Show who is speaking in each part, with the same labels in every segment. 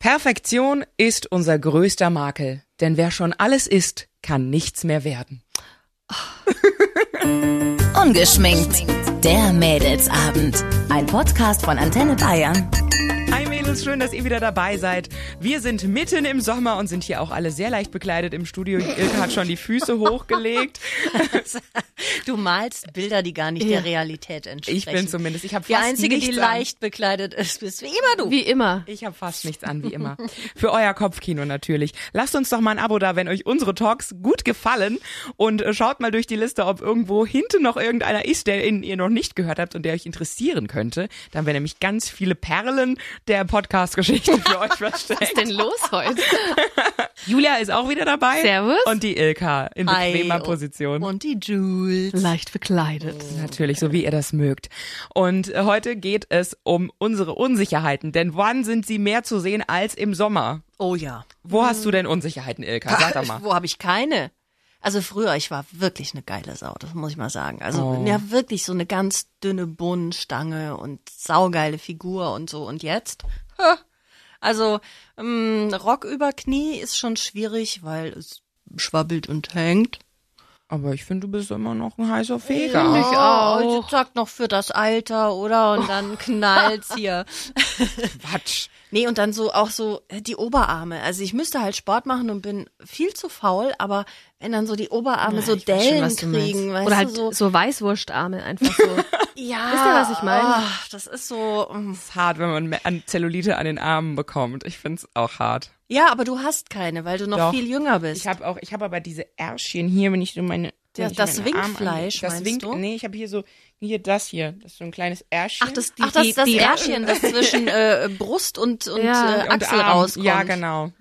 Speaker 1: Perfektion ist unser größter Makel, denn wer schon alles ist, kann nichts mehr werden.
Speaker 2: Ungeschminkt. Der Mädelsabend. Ein Podcast von Antenne Bayern.
Speaker 1: Hi Mädels, schön, dass ihr wieder dabei seid. Wir sind mitten im Sommer und sind hier auch alle sehr leicht bekleidet im Studio. Ilka hat schon die Füße hochgelegt.
Speaker 3: Du malst Bilder, die gar nicht der Realität entsprechen.
Speaker 1: Ich bin zumindest, ich habe
Speaker 3: die
Speaker 1: fast
Speaker 3: einzige, die
Speaker 1: nichts
Speaker 3: leicht bekleidet ist, bist wie immer du.
Speaker 4: Wie immer.
Speaker 1: an. Ich habe fast nichts an, wie immer. Für euer Kopfkino natürlich. Lasst uns doch mal ein Abo da, wenn euch unsere Talks gut gefallen. Und äh, schaut mal durch die Liste, ob irgendwo hinten noch irgendeiner ist, der ihn ihr noch nicht gehört habt und der euch interessieren könnte. Dann wäre nämlich ganz viele Perlen der Podcast-Geschichte für euch versteckt.
Speaker 4: Was ist denn los heute?
Speaker 1: Julia ist auch wieder dabei.
Speaker 4: Servus.
Speaker 1: Und die Ilka in
Speaker 3: Hi,
Speaker 1: bequemer
Speaker 3: oh,
Speaker 1: Position.
Speaker 3: Und die Jules.
Speaker 4: Leicht bekleidet.
Speaker 1: Natürlich, so wie ihr das mögt. Und äh, heute geht es um unsere Unsicherheiten. Denn wann sind sie mehr zu sehen als im Sommer?
Speaker 3: Oh ja.
Speaker 1: Wo hast du denn Unsicherheiten, Ilka? Sag doch mal.
Speaker 3: Wo habe ich keine? Also früher, ich war wirklich eine geile Sau, das muss ich mal sagen. Also
Speaker 1: Oh.
Speaker 3: ja, wirklich so eine ganz dünne Bohnenstange und saugeile Figur und so. Und jetzt? Ha. Also ähm, Rock über Knie ist schon schwierig, weil es schwabbelt und hängt.
Speaker 1: Aber ich finde, du bist immer noch ein heißer Feger.
Speaker 3: Ich auch. Ich sag Oh, noch für das Alter, oder? Und dann knallt's hier.
Speaker 1: Quatsch.
Speaker 3: Nee, und dann so auch so äh, die Oberarme. Also ich müsste halt Sport machen und bin viel zu faul, aber wenn dann so die Oberarme so
Speaker 1: weiß schon,
Speaker 3: Dellen
Speaker 1: was du
Speaker 3: kriegen, weißt
Speaker 4: Oder halt
Speaker 3: du, so,
Speaker 4: so, Weißwurstarme einfach so.
Speaker 3: ja,
Speaker 4: Wisst ihr, was ich meine?
Speaker 3: ach, das ist so, mm.
Speaker 1: Ist hart, wenn man me- an Zellulite an den Armen bekommt. Ich finde es auch hart.
Speaker 3: ja, aber du hast keine, weil du noch
Speaker 1: Doch.
Speaker 3: viel jünger bist.
Speaker 1: Ich habe auch, ich habe aber diese Ärschchen hier, wenn ich so meine. wenn
Speaker 3: Ja,
Speaker 1: ich
Speaker 3: das
Speaker 1: meinen Arm
Speaker 3: Wingfleisch,
Speaker 1: ange- Das
Speaker 3: meinst
Speaker 1: winkt.
Speaker 3: du?
Speaker 1: Nee, ich habe hier so, hier das hier. Das ist so ein kleines Ärschchen.
Speaker 3: ach, das, die,
Speaker 4: Ach, das
Speaker 3: die,
Speaker 4: ist das
Speaker 3: die
Speaker 4: Ärschchen.
Speaker 3: Ärschchen, das zwischen äh, Brust und, und
Speaker 4: Ja.
Speaker 3: äh,
Speaker 1: Und
Speaker 3: Achsel
Speaker 1: Arm.
Speaker 3: rauskommt.
Speaker 1: Ja, genau.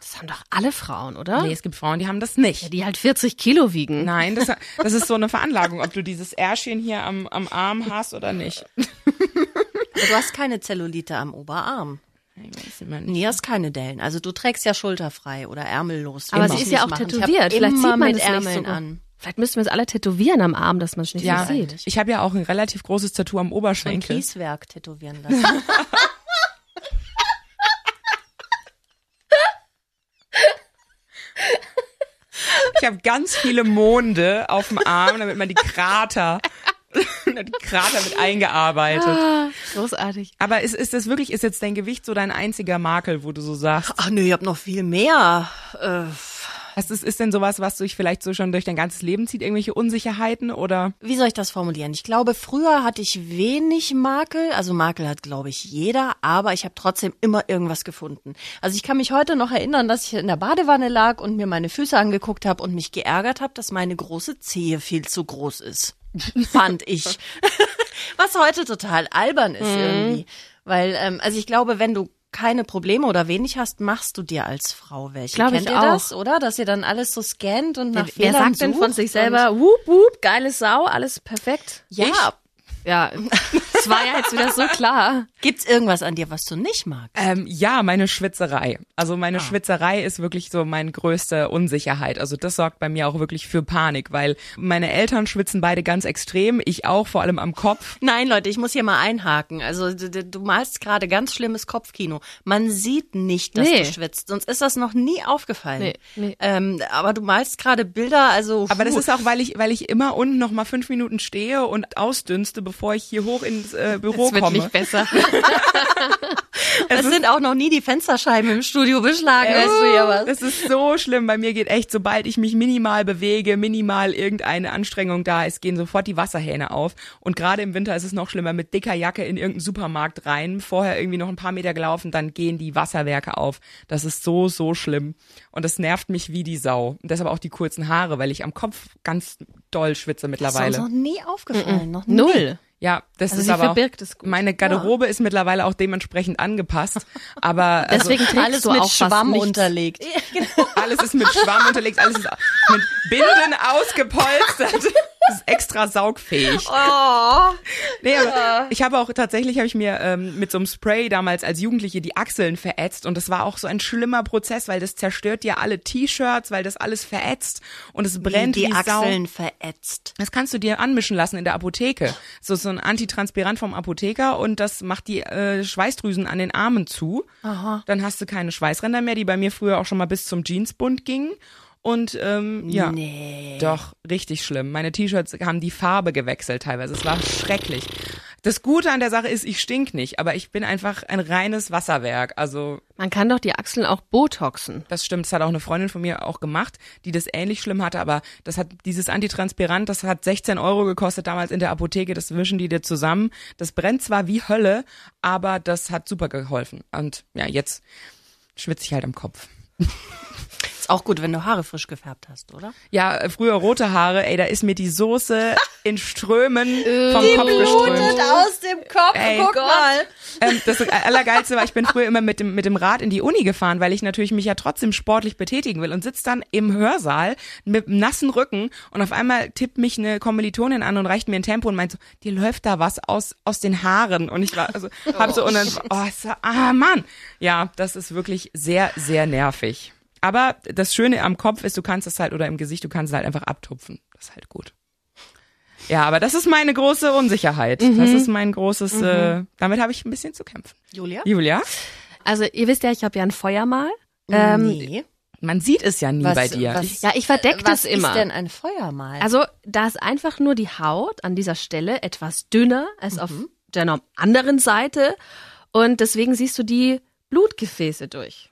Speaker 4: Das haben doch alle Frauen, oder?
Speaker 1: Nee, es gibt Frauen, die haben das nicht.
Speaker 4: Ja, die halt 40 Kilo wiegen.
Speaker 1: Nein, das, das ist so eine Veranlagung, ob du dieses Ärschchen hier am, am Arm hast oder nicht.
Speaker 3: Aber du hast keine Zellulite am Oberarm.
Speaker 1: Ich weiß immer nicht.
Speaker 3: Nee, hast keine Dellen. Also du trägst ja schulterfrei oder ärmellos.
Speaker 4: Aber
Speaker 3: Muss
Speaker 4: sie
Speaker 3: ich
Speaker 4: ist ja
Speaker 3: nicht
Speaker 4: auch
Speaker 3: machen. Ich hab
Speaker 4: tätowiert. Vielleicht
Speaker 3: immer
Speaker 4: sieht man
Speaker 3: mit
Speaker 4: das
Speaker 3: Ärmeln
Speaker 4: nicht so. gut.
Speaker 3: an.
Speaker 4: Vielleicht müssten wir es alle tätowieren am Arm, dass man es nicht
Speaker 1: Ja,
Speaker 4: so sieht.
Speaker 1: ich habe ja auch ein relativ großes Tattoo am
Speaker 3: Ein
Speaker 1: Oberschenkel.
Speaker 3: Kieswerk tätowieren lassen.
Speaker 1: Ich habe ganz viele Monde auf dem Arm, damit man die Krater, die Krater mit eingearbeitet.
Speaker 4: Ah, großartig.
Speaker 1: Aber ist, ist das wirklich, ist jetzt dein Gewicht so dein einziger Makel, wo du so sagst,
Speaker 3: Ach nee, ich hab noch viel mehr. Äh,
Speaker 1: hast, ist, ist denn sowas, was dich vielleicht so schon durch dein ganzes Leben zieht, irgendwelche Unsicherheiten oder?
Speaker 3: wie soll ich das formulieren? Ich glaube, früher hatte ich wenig Makel. Also Makel hat, glaube ich, jeder, aber ich habe trotzdem immer irgendwas gefunden. Also ich kann mich heute noch erinnern, dass ich in der Badewanne lag und mir meine Füße angeguckt habe und mich geärgert habe, dass meine große Zehe viel zu groß ist. Fand ich. Was heute total albern ist
Speaker 4: Mhm.
Speaker 3: irgendwie. Weil, ähm, also ich glaube, wenn du keine Probleme oder wenig hast, machst du dir als Frau welche.
Speaker 4: Glaub ich
Speaker 3: Kennt ihr
Speaker 4: auch.
Speaker 3: das, oder? Dass ihr dann alles so scannt und nach
Speaker 4: Wer
Speaker 3: Fehlern
Speaker 4: sagt denn von
Speaker 3: sucht
Speaker 4: sich
Speaker 3: und-
Speaker 4: selber, wup, wup, geile Sau, alles perfekt?
Speaker 3: Ja,
Speaker 4: Ja, es war ja jetzt wieder so klar.
Speaker 3: gibt's irgendwas an dir, was du nicht magst?
Speaker 1: Ähm, ja, meine Schwitzerei. Also meine Schwitzerei ist wirklich so meine größte Unsicherheit. Also das sorgt bei mir auch wirklich für Panik, weil meine Eltern schwitzen beide ganz extrem, ich auch, vor allem am Kopf.
Speaker 3: Nein, Leute, ich muss hier mal einhaken. Also d- d- du malst gerade ganz schlimmes Kopfkino. Man sieht nicht, dass
Speaker 4: Nee.
Speaker 3: du schwitzt. Sonst ist das noch nie aufgefallen.
Speaker 4: Nee, nee.
Speaker 3: Ähm, aber du malst gerade Bilder, also.
Speaker 1: Aber das
Speaker 3: puh.
Speaker 1: ist auch, weil ich, weil ich immer unten noch mal fünf Minuten stehe und ausdünste, bevor ich hier hoch ins äh, Büro
Speaker 4: Es wird
Speaker 1: komme.
Speaker 4: nicht besser.
Speaker 3: Es sind auch noch nie die Fensterscheiben im Studio beschlagen, weißt du ja was.
Speaker 1: Das ist so schlimm. Bei mir geht echt, sobald ich mich minimal bewege, minimal irgendeine Anstrengung da ist, gehen sofort die Wasserhähne auf. Und gerade im Winter ist es noch schlimmer, mit dicker Jacke in irgendeinen Supermarkt rein, vorher irgendwie noch ein paar Meter gelaufen, dann gehen die Wasserwerke auf. Das ist so, so schlimm. Und das nervt mich wie die Sau. Und deshalb auch die kurzen Haare, weil ich am Kopf ganz doll schwitze
Speaker 3: Das ist uns
Speaker 1: mittlerweile.
Speaker 3: noch nie aufgefallen. Noch nie.
Speaker 4: Null.
Speaker 1: Ja, das
Speaker 4: Also
Speaker 1: ist
Speaker 4: sie
Speaker 1: aber auch,
Speaker 4: verbirgt es gut.
Speaker 1: meine Garderobe ist mittlerweile auch dementsprechend angepasst, aber also,
Speaker 4: Deswegen trägst
Speaker 3: Alles
Speaker 4: du
Speaker 3: mit
Speaker 4: auch fast
Speaker 3: Schwamm
Speaker 4: nichts.
Speaker 3: unterlegt.
Speaker 1: alles ist mit Schwamm unterlegt, alles ist mit Binden ausgepolstert. Das ist extra saugfähig.
Speaker 3: Oh.
Speaker 1: Nee, aber ich habe auch tatsächlich habe ich mir ähm, mit so einem Spray damals als Jugendliche die Achseln verätzt und das war auch so ein schlimmer Prozess, weil das zerstört ja alle T-Shirts, weil das alles verätzt und es brennt wie,
Speaker 3: die Achseln
Speaker 1: Sau.
Speaker 3: verätzt.
Speaker 1: Das kannst du dir anmischen lassen in der Apotheke. So so ein Antitranspirant vom Apotheker und das macht die äh, Schweißdrüsen an den Armen zu. Aha. Dann hast du keine Schweißränder mehr, die bei mir früher auch schon mal bis zum Jeansbund gingen. Und ähm, ja,
Speaker 3: Nee.
Speaker 1: doch, richtig schlimm. Meine T-Shirts haben die Farbe gewechselt teilweise. Es war schrecklich. Das Gute an der Sache ist, ich stink nicht, aber ich bin einfach ein reines Wasserwerk. Also,
Speaker 4: Man kann doch die Achseln auch botoxen.
Speaker 1: das stimmt. Das hat auch eine Freundin von mir auch gemacht, die das ähnlich schlimm hatte, aber das hat dieses Antitranspirant, das hat 16 Euro gekostet damals in der Apotheke. Das wischen die dir zusammen. Das brennt zwar wie Hölle, aber das hat super geholfen. Und ja, jetzt schwitze ich halt am Kopf.
Speaker 3: Ist auch gut, wenn du Haare frisch gefärbt hast, oder?
Speaker 1: Ja, äh, früher rote Haare, ey, da ist mir die Soße in Strömen vom Kopf geströmt.
Speaker 3: aus
Speaker 4: Oh
Speaker 3: dem Kopf,
Speaker 1: Ey, guck
Speaker 3: mal.
Speaker 1: Ähm, das Allergeilste war, ich bin früher immer mit dem, mit dem Rad in die Uni gefahren, weil ich natürlich mich ja trotzdem sportlich betätigen will und sitz dann im Hörsaal mit einem nassen Rücken und auf einmal tippt mich eine Kommilitonin an und reicht mir ein Tempo und meint so, dir läuft da was aus, aus den Haaren. Und ich war, also, hab so, und dann, oh, so, ah, Mann. Ja, das ist wirklich sehr, sehr nervig. Aber das Schöne am Kopf ist, du kannst es halt, oder im Gesicht, du kannst es halt einfach abtupfen. Das ist halt gut. Ja, aber das ist meine große Unsicherheit. Das ist mein großes, äh, damit habe ich ein bisschen zu kämpfen.
Speaker 3: Julia?
Speaker 1: Julia,
Speaker 4: Also ihr wisst ja, ich habe ja ein Feuermal.
Speaker 3: nee.
Speaker 1: man sieht es ja nie bei dir.
Speaker 3: Ähm, Was,
Speaker 1: Ich-
Speaker 4: Ja, ich verdecke
Speaker 3: was
Speaker 4: das immer.
Speaker 3: ist denn ein Feuermal?
Speaker 4: Also, da ist einfach nur die Haut an dieser Stelle etwas dünner als auf der norm- anderen Seite. Und deswegen siehst du die Blutgefäße durch.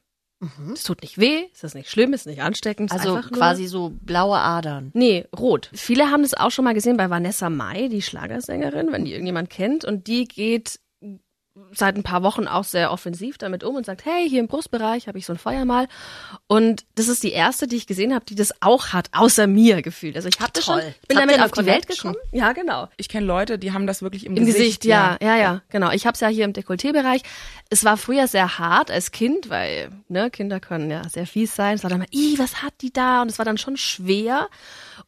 Speaker 4: Es tut nicht weh, es ist nicht schlimm, es ist nicht ansteckend. es ist
Speaker 3: also
Speaker 4: einfach nur-
Speaker 3: quasi so blaue Adern.
Speaker 4: Nee, rot. Viele haben das auch schon mal gesehen bei Vanessa Mai, die Schlagersängerin, wenn die irgendjemand kennt. Und die geht seit ein paar Wochen auch sehr offensiv damit um und sagt, hey, hier im Brustbereich habe ich so ein Feuermal. Und das ist die erste, die ich gesehen habe, die das auch hat, außer mir gefühlt. Also ich habe das schon,
Speaker 3: Toll.
Speaker 4: ich bin
Speaker 3: Habt ihr
Speaker 4: damit
Speaker 3: eine
Speaker 4: auf die Welt
Speaker 3: Connection?
Speaker 4: gekommen. Ja, genau.
Speaker 1: Ich kenne Leute, die haben das wirklich im,
Speaker 4: Im Gesicht, ja, ja, ja, genau. Ich habe es ja hier im Dekolleté-Bereich. Es war früher sehr hart als Kind, weil ne, Kinder können ja sehr fies sein. Es war dann mal, "Ih, was hat die da? Und es war dann schon schwer.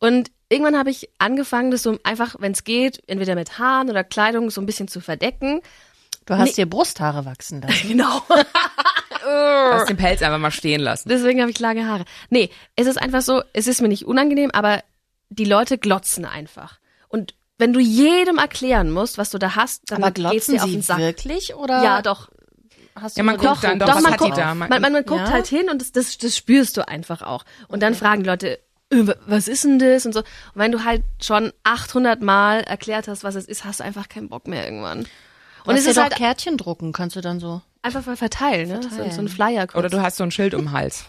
Speaker 4: Und irgendwann habe ich angefangen, das so einfach, wenn es geht, entweder mit Haaren oder Kleidung so ein bisschen zu verdecken.
Speaker 3: Du hast dir Brusthaare wachsen lassen.
Speaker 4: Genau.
Speaker 1: Aus dem Pelz einfach mal stehen lassen.
Speaker 4: Deswegen habe ich lange Haare. Nee, es ist einfach so, es ist mir nicht unangenehm, aber die Leute glotzen einfach. Und wenn du jedem erklären musst, was du da hast, dann
Speaker 3: Aber
Speaker 4: geht's
Speaker 3: glotzen
Speaker 4: dir auf
Speaker 3: sie
Speaker 4: den Sack.
Speaker 3: wirklich oder
Speaker 4: Ja, doch.
Speaker 3: hast
Speaker 1: Ja, man
Speaker 3: nur den
Speaker 1: guckt dann doch,
Speaker 3: Kopf
Speaker 1: was
Speaker 4: man
Speaker 1: hat die
Speaker 4: guckt,
Speaker 1: da?
Speaker 4: Man, man, man guckt
Speaker 3: Ja?
Speaker 4: halt hin und das, das, das spürst du einfach auch. Und dann fragen die Leute, "Äh, wa- was ist denn das und so. Und wenn du halt schon 800 Mal erklärt hast, was es ist, hast du einfach keinen Bock mehr irgendwann. Und
Speaker 3: Und
Speaker 4: es ist halt
Speaker 3: Kärtchen drucken, kannst du dann so.
Speaker 4: einfach mal verteilen, ne? So, so ein Flyer. kurz.
Speaker 1: Oder du hast so ein Schild um den Hals.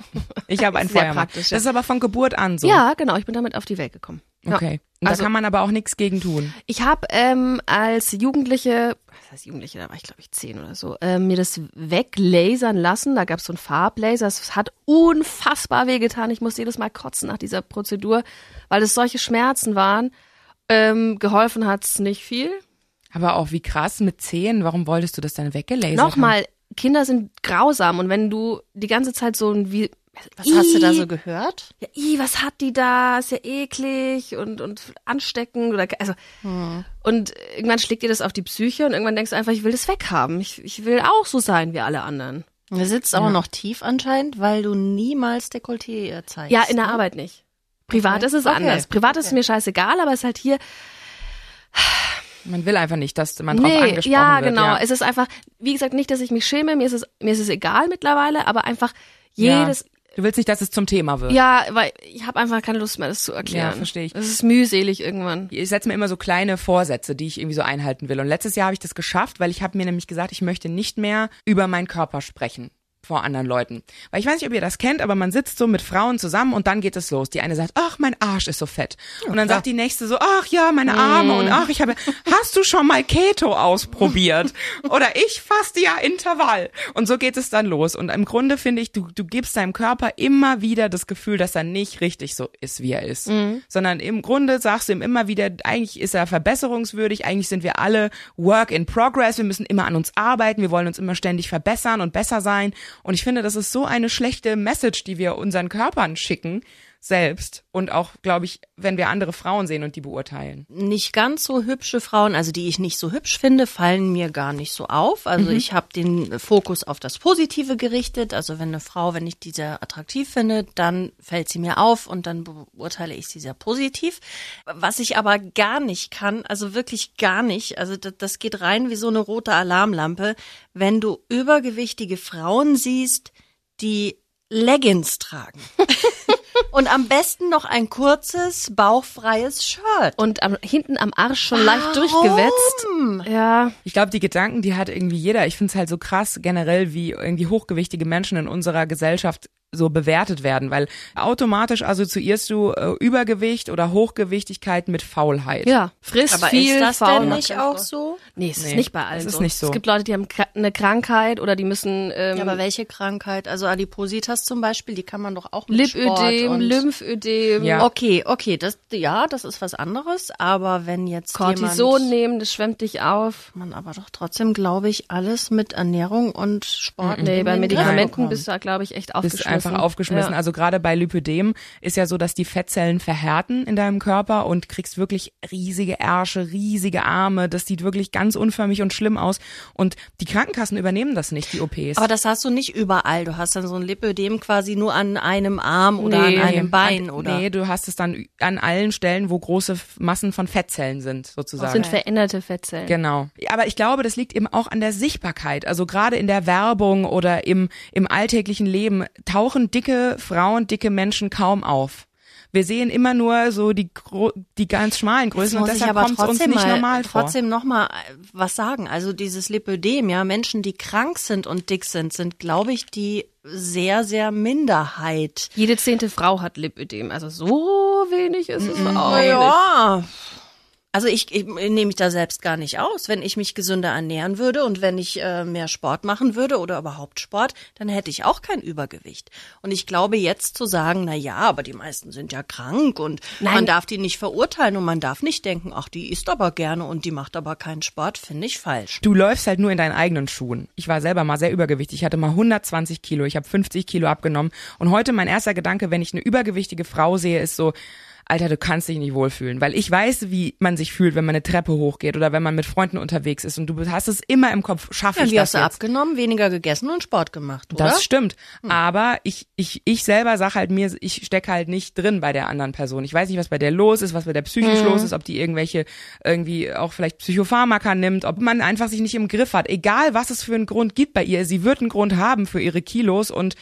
Speaker 1: Ich habe ein
Speaker 4: Sehr
Speaker 1: Feuermann.
Speaker 4: praktisch, ja.
Speaker 1: Das ist aber von Geburt an so.
Speaker 4: ja, genau. Ich bin damit auf die Welt gekommen. Ja. Also-
Speaker 1: Okay. Und da kann man aber auch nichts gegen tun.
Speaker 4: Ich habe ähm, als Jugendliche, was heißt Jugendliche, da war ich glaube ich zehn oder so, ähm, mir das weglasern lassen. Da gab es so einen Farblaser. Es hat unfassbar wehgetan. Ich musste jedes Mal kotzen nach dieser Prozedur, weil es solche Schmerzen waren. Ähm, geholfen hat's nicht viel.
Speaker 1: Aber auch wie krass mit Zehen, warum wolltest du das dann weggelasert haben?
Speaker 4: Nochmal, Kinder sind grausam und wenn du die ganze Zeit so ein wie
Speaker 3: Was hast du da
Speaker 4: Ih,
Speaker 3: so gehört?
Speaker 4: ja, ih, was hat die da? Ist ja eklig und, und ansteckend oder also.
Speaker 1: Hm.
Speaker 4: Und irgendwann schlägt dir das auf die Psyche und irgendwann denkst du einfach, ich will das weghaben. Ich, ich will auch so sein wie alle anderen.
Speaker 3: Du sitzt aber noch tief anscheinend, weil du niemals Dekolleté äh, zeigst.
Speaker 4: Ja, in der Arbeit nicht. Privat
Speaker 3: Okay.
Speaker 4: ist es
Speaker 3: Okay.
Speaker 4: anders. Privat ist es mir scheißegal, aber es ist halt hier.
Speaker 1: Man will einfach nicht, dass man drauf
Speaker 4: Nee,
Speaker 1: angesprochen
Speaker 4: ja,
Speaker 1: wird.
Speaker 4: genau.
Speaker 1: Ja.
Speaker 4: Es ist einfach, wie gesagt, nicht, dass ich mich schäme, mir ist es, mir ist es egal mittlerweile, aber einfach
Speaker 1: Ja.
Speaker 4: jedes.
Speaker 1: Du willst nicht, dass es zum Thema wird.
Speaker 4: Ja, weil ich habe einfach keine Lust mehr, das zu erklären.
Speaker 1: Ja, versteh ich.
Speaker 4: Es ist mühselig irgendwann.
Speaker 1: ich setze mir immer so kleine Vorsätze, die ich irgendwie so einhalten will. Und letztes Jahr habe ich das geschafft, weil ich habe mir nämlich gesagt, ich möchte nicht mehr über meinen Körper sprechen vor anderen Leuten. Weil ich weiß nicht, ob ihr das kennt, aber man sitzt so mit Frauen zusammen und dann geht es los. Die eine sagt, ach, mein Arsch ist so fett. und dann sagt die nächste so, ach ja, meine Arme und ach, ich habe, hast du schon mal Keto ausprobiert? Oder ich faste ja Intervall. Und so geht es dann los. Und im Grunde finde ich, du, du gibst deinem Körper immer wieder das Gefühl, dass er nicht richtig so ist, wie er ist. Sondern im Grunde sagst du ihm immer wieder, eigentlich ist er verbesserungswürdig, eigentlich sind wir alle Work in Progress, wir müssen immer an uns arbeiten, wir wollen uns immer ständig verbessern und besser sein. Und ich finde, das ist so eine schlechte Message, die wir unseren Körpern schicken. selbst und auch, glaube ich, wenn wir andere Frauen sehen und die beurteilen.
Speaker 3: Nicht ganz so hübsche Frauen, also die ich nicht so hübsch finde, fallen mir gar nicht so auf. Also ich habe den Fokus auf das Positive gerichtet. Also wenn eine Frau, wenn ich die sehr attraktiv finde, dann fällt sie mir auf und dann beurteile ich sie sehr positiv. Was ich aber gar nicht kann, also wirklich gar nicht, also das, das geht rein wie so eine rote Alarmlampe, wenn du übergewichtige Frauen siehst, die Leggings tragen. Und am besten noch ein kurzes, bauchfreies Shirt.
Speaker 4: Und am, hinten am Arsch schon leicht durchgewetzt. Ja.
Speaker 1: Ich glaube, die Gedanken, die hat irgendwie jeder. Ich finde es halt so krass generell, wie irgendwie hochgewichtige Menschen in unserer Gesellschaft so bewertet werden, weil automatisch assoziierst du äh, Übergewicht oder Hochgewichtigkeit mit Faulheit.
Speaker 4: Ja. Friss
Speaker 3: Aber
Speaker 4: viel,
Speaker 3: ist das
Speaker 4: faul,
Speaker 3: denn
Speaker 4: macht
Speaker 3: nicht
Speaker 4: keinen
Speaker 3: auch
Speaker 4: Spaß.
Speaker 3: so?
Speaker 4: Nee, es ist
Speaker 1: Nee,
Speaker 4: nicht bei allen
Speaker 1: es ist
Speaker 4: so.
Speaker 1: nicht so.
Speaker 4: Es gibt Leute, die haben kra- eine Krankheit oder die müssen ähm,
Speaker 3: Ja, aber welche Krankheit? Also Adipositas zum Beispiel, die kann man doch auch mit Sport
Speaker 4: Lipödem,
Speaker 3: und
Speaker 4: Lymphödem,
Speaker 1: Ja.
Speaker 3: Okay, okay, das ja, das ist was anderes, aber wenn jetzt
Speaker 4: Cortison
Speaker 3: jemand,
Speaker 4: nehmen, das schwemmt dich auf.
Speaker 3: man aber doch trotzdem, glaube ich, alles mit Ernährung und Sport.
Speaker 4: Mhm. Nee,
Speaker 3: in
Speaker 4: bei
Speaker 3: den Griff
Speaker 4: Medikamenten
Speaker 3: bekommt.
Speaker 4: bist du da, glaube ich, echt
Speaker 1: bist
Speaker 4: aufgeschmissen.
Speaker 1: einfach aufgeschmissen.
Speaker 4: Ja.
Speaker 1: Also gerade bei Lipödem ist ja so, dass die Fettzellen verhärten in deinem Körper und kriegst wirklich riesige Ärsche, riesige Arme. Das sieht wirklich ganz unförmig und schlimm aus. Und die Krankenkassen übernehmen das nicht, die OPs.
Speaker 3: aber das hast du nicht überall. Du hast dann so ein Lipödem quasi nur an einem Arm oder
Speaker 4: Nee.
Speaker 3: an einem Bein
Speaker 1: An-
Speaker 3: oder
Speaker 1: Nee, du hast es dann ü- an allen Stellen, wo große F- Massen von Fettzellen sind, sozusagen.
Speaker 4: sind veränderte Fettzellen.
Speaker 1: Genau. Aber ich glaube, das liegt eben auch an der Sichtbarkeit. Also gerade in der Werbung oder im, im alltäglichen Leben tauchen dicke Frauen, dicke Menschen kaum auf. Wir sehen immer nur so die, gro- die ganz schmalen Größen und
Speaker 3: muss ich
Speaker 1: deshalb
Speaker 3: aber
Speaker 1: kommt es uns
Speaker 3: trotzdem
Speaker 1: nicht
Speaker 3: mal,
Speaker 1: normal vor.
Speaker 3: trotzdem noch mal äh, was sagen. Also dieses Lipödem, ja, Menschen, die krank sind und dick sind, sind, glaube ich, die sehr, sehr Minderheit.
Speaker 4: Jede zehnte Frau hat Lipödem. Also so wenig ist es auch nicht.
Speaker 3: Ja. Also ich, ich nehme mich da selbst gar nicht aus. Wenn ich mich gesünder ernähren würde und wenn ich äh, mehr Sport machen würde oder überhaupt Sport, dann hätte ich auch kein Übergewicht. Und ich glaube jetzt zu sagen, na ja, aber die meisten sind ja krank und man darf die nicht verurteilen und man darf nicht denken, ach, die isst aber gerne und die macht aber keinen Sport, finde ich falsch.
Speaker 1: Du läufst halt nur in deinen eigenen Schuhen. Ich war selber mal sehr übergewichtig. Ich hatte mal 120 Kilo. Ich habe 50 Kilo abgenommen. Und heute mein erster Gedanke, wenn ich eine übergewichtige Frau sehe, ist so, Alter, du kannst dich nicht wohlfühlen. Weil ich weiß, wie man sich fühlt, wenn man eine Treppe hochgeht oder wenn man mit Freunden unterwegs ist. Und du hast es immer im Kopf, schaffe
Speaker 3: Ja,
Speaker 1: ich
Speaker 3: wie
Speaker 1: das
Speaker 3: hast du
Speaker 1: jetzt?
Speaker 3: abgenommen, weniger gegessen und Sport gemacht, oder?
Speaker 1: Das stimmt. Aber ich, ich, ich selber sag halt mir, ich stecke halt nicht drin bei der anderen Person. Ich weiß nicht, was bei der los ist, was bei der psychisch los ist, ob die irgendwelche, irgendwie auch vielleicht Psychopharmaka nimmt, ob man einfach sich nicht im Griff hat. Egal, was es für einen Grund gibt bei ihr, sie wird einen Grund haben für ihre Kilos und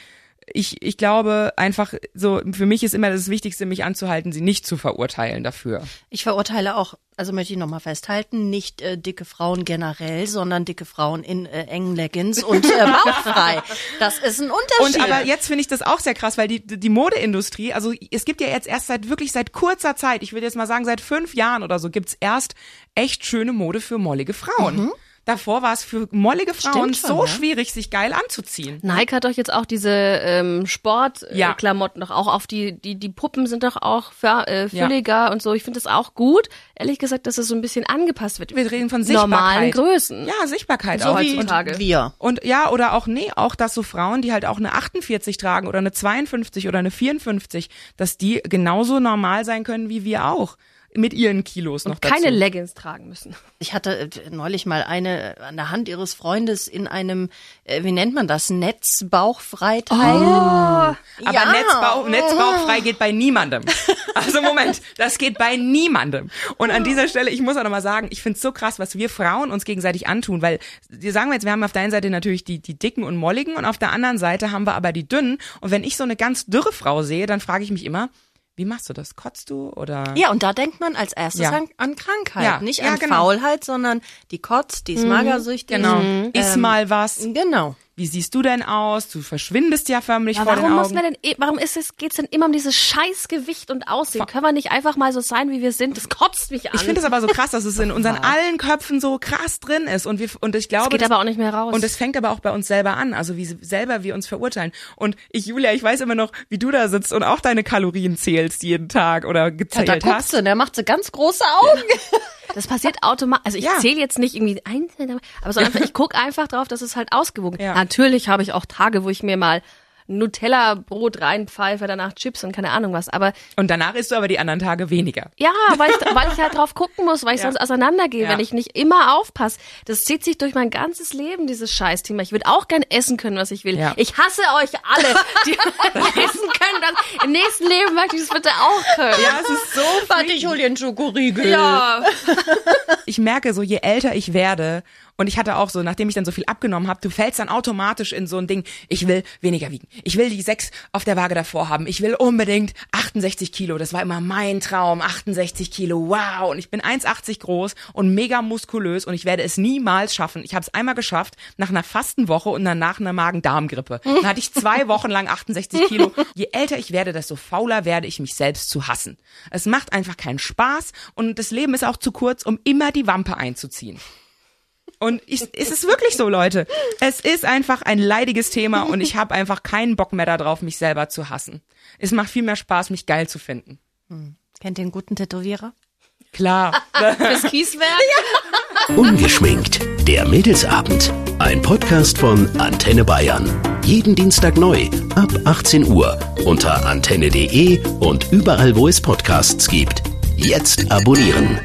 Speaker 1: ich, ich glaube einfach so, für mich ist immer das Wichtigste, mich anzuhalten, sie nicht zu verurteilen dafür.
Speaker 3: Ich verurteile auch, also möchte ich nochmal festhalten, nicht äh, dicke Frauen generell, sondern dicke Frauen in äh, engen Leggings und äh, bauchfrei. Das ist ein Unterschied.
Speaker 1: Und aber jetzt finde ich das auch sehr krass, weil die, die Modeindustrie, also es gibt ja jetzt erst seit wirklich seit kurzer Zeit, ich würde jetzt mal sagen seit fünf Jahren oder so, gibt's erst echt schöne Mode für mollige Frauen.
Speaker 4: Mhm.
Speaker 1: Davor war es für mollige Frauen
Speaker 3: Stimmt schon,
Speaker 1: so
Speaker 3: ja.
Speaker 1: schwierig, sich geil anzuziehen.
Speaker 4: Nike hat doch jetzt auch diese ähm,
Speaker 1: Ja.
Speaker 4: Sportklamotten doch auch auf die, die, die Puppen sind doch auch fär- äh, fülliger und so. Ich finde das auch gut. Ehrlich gesagt, dass es so ein bisschen angepasst wird.
Speaker 1: Wir reden von Sichtbarkeit.
Speaker 4: normalen Größen.
Speaker 1: Ja, Sichtbarkeit
Speaker 4: So
Speaker 1: auch.
Speaker 4: wie-
Speaker 1: und,
Speaker 4: Tage.
Speaker 3: wir.
Speaker 1: und ja, oder auch, nee, auch, dass so Frauen, die halt auch eine 48 tragen oder eine 52 oder eine 54, dass die genauso normal sein können wie wir auch. Mit ihren Kilos noch dazu.
Speaker 4: Keine Leggings tragen müssen.
Speaker 3: Ich hatte äh, neulich mal eine äh, an der Hand ihres Freundes in einem, äh, wie nennt man das,
Speaker 1: Oh,
Speaker 4: Oh,
Speaker 3: Netzbauchfreiteil. Oh,
Speaker 1: Aber Netzbauch,
Speaker 4: Mhm.
Speaker 1: Netzbauchfrei geht bei niemandem. Also Moment, das geht bei niemandem. Und an dieser Stelle, ich muss auch nochmal sagen, ich find's so krass, was wir Frauen uns gegenseitig antun, weil die sagen wir jetzt, wir haben auf der einen Seite natürlich die, die dicken und molligen und auf der anderen Seite haben wir aber die dünnen. Und wenn ich so eine ganz dürre Frau sehe, dann frage ich mich immer, wie machst du das? Kotzt du oder?
Speaker 3: Ja, und da denkt man als erstes
Speaker 1: Ja.
Speaker 3: an, an Krankheit,
Speaker 1: Ja,
Speaker 3: nicht
Speaker 1: ja,
Speaker 3: an
Speaker 1: genau.
Speaker 3: Faulheit, sondern die kotzt, die ist magersüchtig.
Speaker 1: Genau.
Speaker 4: Mhm.
Speaker 1: Iss
Speaker 4: Ähm.
Speaker 1: mal was.
Speaker 3: Genau.
Speaker 1: Wie siehst du denn aus? Du verschwindest ja förmlich vor den
Speaker 4: warum muss
Speaker 1: Augen.
Speaker 4: man denn, eh- warum ist es, geht's denn immer um dieses Scheißgewicht und Aussehen? Können wir nicht einfach mal so sein, wie wir sind? Das kotzt mich an.
Speaker 1: Ich finde es aber so krass, dass es in unseren allen Köpfen so krass drin ist und wir und ich glaube,
Speaker 4: Das geht
Speaker 1: das-
Speaker 4: aber auch nicht mehr raus.
Speaker 1: Und es fängt aber auch bei uns selber an, also wie selber wir uns verurteilen. Und ich Julia, ich weiß immer noch, wie du da sitzt und auch deine Kalorien zählst jeden Tag oder gezählt
Speaker 3: Da guckst
Speaker 1: hast.
Speaker 3: du, der macht so ganz große Augen.
Speaker 4: Das passiert automatisch. Also ich
Speaker 1: Ja.
Speaker 4: zähle jetzt nicht irgendwie einzeln, aber so einfach, ich gucke einfach drauf, dass es halt ausgewogen ist.
Speaker 1: Ja.
Speaker 4: Natürlich habe ich auch Tage, wo ich mir mal Nutella-Brot reinpfeife, danach Chips und keine Ahnung was. Aber
Speaker 1: Und danach isst du aber die anderen Tage weniger.
Speaker 4: ja, weil ich, weil ich halt drauf gucken muss, weil ich sonst auseinandergehe,
Speaker 1: Ja.
Speaker 4: wenn ich nicht immer aufpasse. Das zieht sich durch mein ganzes Leben, dieses Scheißthema. Ich würde auch gern essen können, was ich will.
Speaker 1: Ja.
Speaker 4: Ich hasse euch alle, die essen können. Das, Im nächsten Leben möchte ich das bitte auch können.
Speaker 1: Ja, es ist so
Speaker 3: Warte, ich hol dir einen Schokoriegel.
Speaker 4: Ja.
Speaker 1: ich merke so, je älter ich werde, und ich hatte auch so, nachdem ich dann so viel abgenommen habe, du fällst dann automatisch in so ein Ding, ich will weniger wiegen. Ich will die sechs auf der Waage davor haben. Ich will unbedingt 68 Kilo. Das war immer mein Traum. 68 Kilo, wow. Und ich bin 1,80 groß und mega muskulös und ich werde es niemals schaffen. Ich habe es einmal geschafft, nach einer Fastenwoche und danach einer Magen-Darm-Grippe. Dann hatte ich zwei Wochen lang 68 Kilo. Je älter ich werde, desto fauler werde ich mich selbst zu hassen. Es macht einfach keinen Spaß und das Leben ist auch zu kurz, um immer die Wampe einzuziehen. Und ich, es ist wirklich so, Leute. Es ist einfach ein leidiges Thema und ich habe einfach keinen Bock mehr darauf, mich selber zu hassen. Es macht viel mehr Spaß, mich geil zu finden.
Speaker 3: Kennt den guten Tätowierer?
Speaker 1: Klar.
Speaker 4: Fürs Kieswerk.
Speaker 5: Ungeschminkt. Der Mädelsabend. Ein Podcast von Antenne Bayern. Jeden Dienstag neu ab 18 Uhr unter antenne.de und überall, wo es Podcasts gibt. Jetzt abonnieren.